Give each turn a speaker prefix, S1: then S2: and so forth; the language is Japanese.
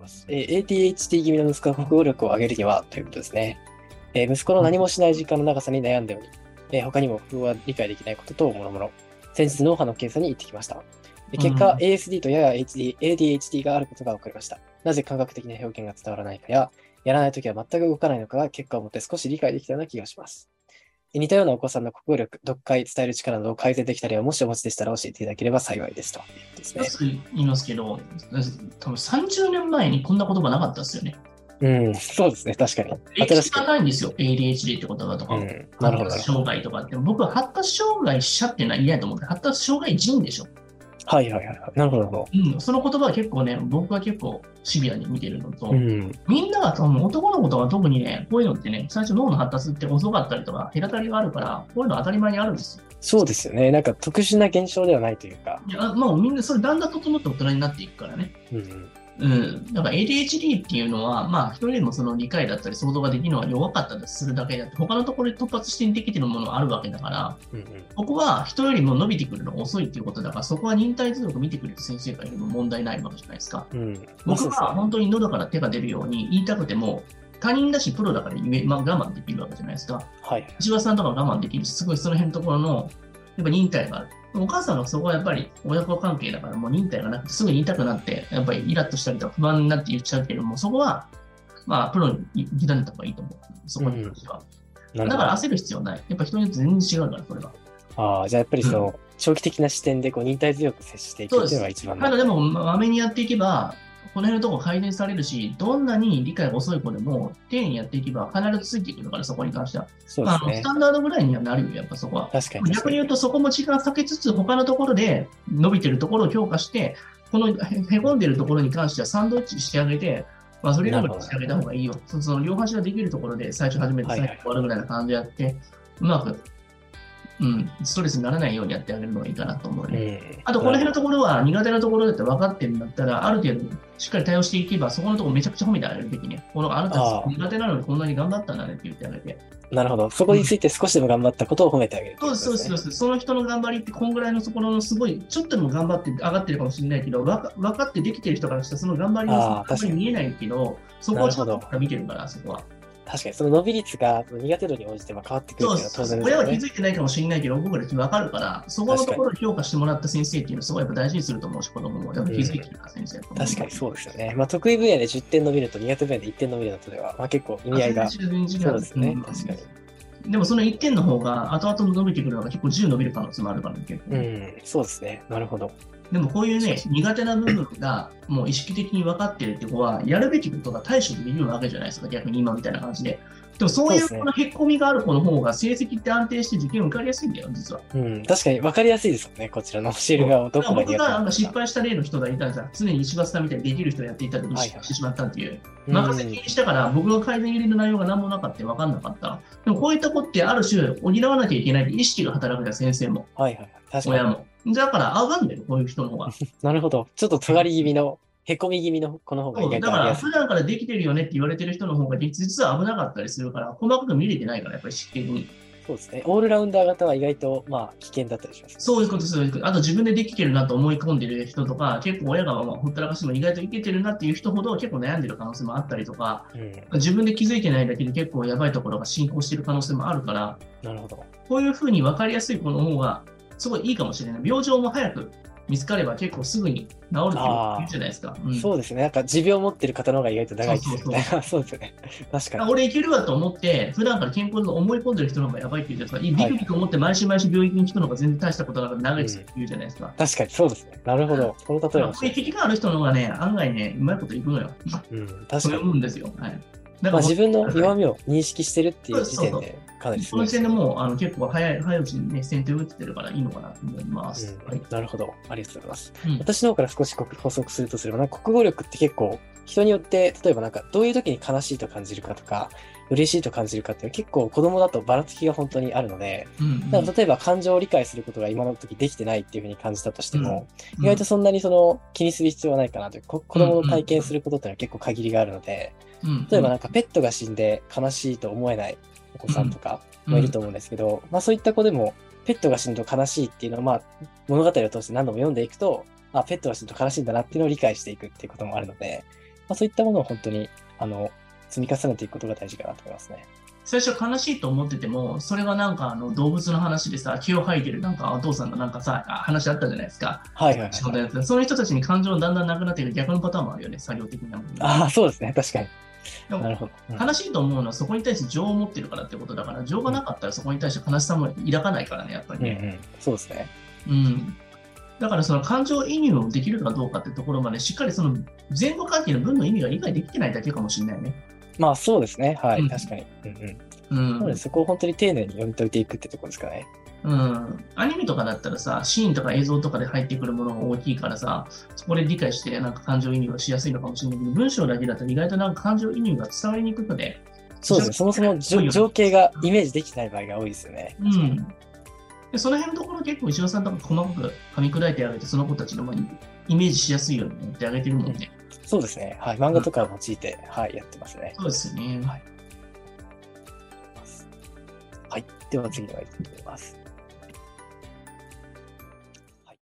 S1: ます。えー、ADHD 気味の息子が国語力を上げるにはということですね。えー、息子の何もしない時間の長さに悩んでおり、えー、他にも国語は理解できないことともろもろ、先日脳波の検査に行ってきました。で結果、ASD とやや HD ADHD があることが分かりました。なぜ感覚的な表現が伝わらないかや、やらないときは全く動かないのかが結果をもって少し理解できたような気がします。似たようなお子さんの国語力、読解、伝える力などを改善できたりは、もしお持ちでしたら教えていただければ幸いですとですね。
S2: 言いますけど、多分30年前にこんな言葉なかったですよね。
S1: うん、そうですね、確かに。
S2: 歴史がないんですよ、ADHD って言葉とか、うん、
S1: なるほど発
S2: 達障害とかって。僕は発達障害者っていうのは嫌やと思って、発達障害人でしょ。
S1: はいはいはい。なるほど。
S2: うん、その言葉は結構ね、僕は結構シビアに見てるのと、うん、みんなが多分男の子とか特にね、こういうのってね、最初脳の発達って遅かったりとか、隔たりがあるから、こういうの当たり前にあるんですよ。
S1: そうですよね。なんか特殊な現象ではないというか。
S2: いや、もうみんなそれだんだん整って大人になっていくからね。うん。うん、だから ADHD っていうのは、まあ、一人でもその理解だったり想像ができるのは弱かったりするだけだって、他のところで突発してできてるものがあるわけだから、うんうん、ここは人よりも伸びてくるのが遅いっていうことだから、そこは忍耐強く見てくれる先生がいるの問題ないわけじゃないですか。うん、僕は本当に喉から手が出るように言いたくても、他人だしプロだから言え、まあ、我慢できるわけじゃないですか。
S1: はい。
S2: 石橋さんとか我慢できるし、すごいその辺のところの、やっぱ忍耐がある。お母さんはそこはやっぱり親子関係だからもう忍耐がなくてすぐに痛くなってやっぱりイラッとしたりとか不安になって言っちゃうけどもそこはまあプロに委ねた方がいいと思うそこに関しては、うん、だから焦る必要ないやっぱ人によって全然違うからこれは
S1: ああじゃあやっぱりその、うん、長期的な視点でこう忍耐強く接していくっていうのが一番
S2: ただでもまめにやっていけばこの辺のところ改善されるし、どんなに理解が遅い子でも、丁寧にやっていけば必ずついていくるから、そこに関しては。
S1: そうですね、
S2: まあ、スタンダードぐらいにはなるよ、やっぱそこは。
S1: 確かに
S2: 逆に言うと、そこも時間避けつつ、他のところで伸びてるところを強化して、このへこんでるところに関してはサンドイッチしてあげて、まあ、それらもしてあげた方がいいよ。その両端ができるところで、最初始めて、最後終わるぐらいな感じでやって、はいはい、うまくうん、ストレスにならないようにやってあげるのがいいかなと思うね。うん、あと、この辺のところは苦手なところだって分かってるんだったら、ある程度しっかり対応していけば、そこのところめちゃくちゃ褒めてあげるべきね。このあなた苦手なのにこんなに頑張ったんだねって言ってあげて。
S1: なるほど。そこについて少しでも頑張ったことを褒めてあげる、ね
S2: うん、そうです、そうです。その人の頑張りって、こんぐらいのところのすごい、ちょっとでも頑張って上がってるかもしれないけど、分か分かってできてる人からしたら、その頑張りのそこに見えないけど、そこをちょっと見てるから、そこは。
S1: 確かにその伸び率が苦手度に応じて変わってくるのは、
S2: 当然、ね、親は気づいてないかもしれないけど、僕ら分かるから、そこのところを評価してもらった先生っていうのはすごいやっぱ大事にすると思うし、子供もやっぱ気づいてるから先生、うん
S1: 確かにそうですよね。まあ、得意分野で10点伸びると苦手分野で1点伸びるのとでは、まあ、結構意味合いが。
S2: そう
S1: ですね、うん、確かに。
S2: でもその1点の方が後々伸びてくるのが結構10伸びる可能性もあるからね、結構。
S1: うん、そうですね。なるほど。
S2: でもこういうね、苦手な部分がもう意識的に分かってるって子は、やるべきことが対処できるわけじゃないですか、逆に今みたいな感じで。でもそういうこのへっこみがある子の方が成績って安定して受験受かりやすいんだよ、実は。
S1: うん、確かに分かりやすいですよね、こちらの教える側を
S2: どこ僕がなんか失敗した例の人がいたんですよ、常に石橋さんみたいにできる人をやっていたけど、失敗してしまったっていう。任せきりしたから、僕が改善入れる内容が何もなかった分かんなかった。でもこういった子ってある種補わなきゃいけない意識が働くじゃ先生も。
S1: はいはい、確
S2: かに。親も。だから上がんだよ、こういう人の方が。
S1: なるほど。ちょっと尖り気味の、へこみ気味のこの方が意外
S2: とだから普段からできてるよねって言われてる人の方が実は危なかったりするから、細かく見れてないから、やっぱり知ってるに。
S1: そうですね。オールラウンダー型は意外と、まあ、危険だったりします、ね、
S2: そういうこと、そういうこと。あと自分でできてるなと思い込んでる人とか、結構親がまあほったらかしても意外といけてるなっていう人ほど結構悩んでる可能性もあったりとか、うん、自分で気づいてないだけで結構やばいところが進行してる可能性もあるから、
S1: なるほど。
S2: こういうふうに分かりやすい子の方がすごいいいかもしれない。病状も早く見つかれば結構すぐに治るっていうじゃないですか、
S1: うん、そうですね。なんか持病持ってる方の方が意外と長いですよね。そうですね。確かに。、
S2: 俺いけるわと思って、普段から健康と思い込んでる人の方がやばいって言うじゃないですか。ビクビク思って毎週毎週病院に人の方が全然大したことなく長いって言うじゃないですか、うん
S1: 確かにそうですね。なるほど。この例えば。
S2: これ危機がある人の方がね、案外ね、うまいこといくのよ。
S1: うん、確かに。そう
S2: いうもんですよ。はい。
S1: だから自分の弱みを認識してるっていう時点で、かなり
S2: その時点でもうあの結構早い早いうちに、ね、先手を打ってるからいいのかなと思います。うん、はい、
S1: なるほど、ありがとうございます。うん、私の方から少し補足するとすれば、なんか国語力って結構、人によって、例えばなんかどういう時に悲しいと感じるかとか、嬉しいと感じるかっていう結構子供だとばらつきが本当にあるので、うんうん、例えば感情を理解することが今の時できてないっていうふうに感じたとしても、うんうん、意外とそんなにその気にする必要はないかなという子供の体験することっていうのは結構限りがあるので、うんうん、例えばなんかペットが死んで悲しいと思えないお子さんとかもいると思うんですけど、うんうん、まあ、そういった子でもペットが死ぬと悲しいっていうのは、まあ、物語を通して何度も読んでいくとあペットが死ぬと悲しいんだなっていうのを理解していくっていうこともあるのであ、そういったものを本当にあの積み重ねていくことが大事かなと思いますね。
S2: 最初悲しいと思ってても、それがなんかあの動物の話でさ、気を吐いてるなんかお父さんのなんかさ、話あったじゃないですか。
S1: はいはい、
S2: 仕事
S1: はい。
S2: やってたその人たちに感情がだんだんなくなっていく逆のパターンもあるよね、作業的なものに
S1: ああ、そうですね。確かに。
S2: で
S1: なる
S2: も
S1: ほど。うん
S2: 悲しいと思うのはそこに対して情を持ってるからってことだから、情がなかったらそこに対して悲しさも抱かないからね、やっぱり
S1: うんう
S2: ね。
S1: ん、そうですね。
S2: うん、だからその感情移入をできるかどうかってところまでしっかりその前後関係の文の意味が理解できてないだけかもしれないね。
S1: まあそうですね。はい、
S2: うん
S1: 確かに。うんうん。
S2: うん
S1: なのでそこを本当に丁寧に読み解いていくってところですかね。
S2: うん、アニメとかだったらさシーンとか映像とかで入ってくるものが大きいからさそこで理解してなんか感情移入がしやすいのかもしれないけど文章だけだと意外となんか感情移入が伝わりにくくて、
S1: そうですね。そもそもじょ情景がイメージできてない場合が多いですよね。
S2: うん、でその辺のところ結構石田さんとか細かく噛み砕いてあげてその子たちのまあイメージしやすいようにやってあげてるもんね。
S1: そうですね。はい。漫画とかを用いて、はい、やってますね。
S2: そうですよね。
S1: はい。では次に参りたいと思います。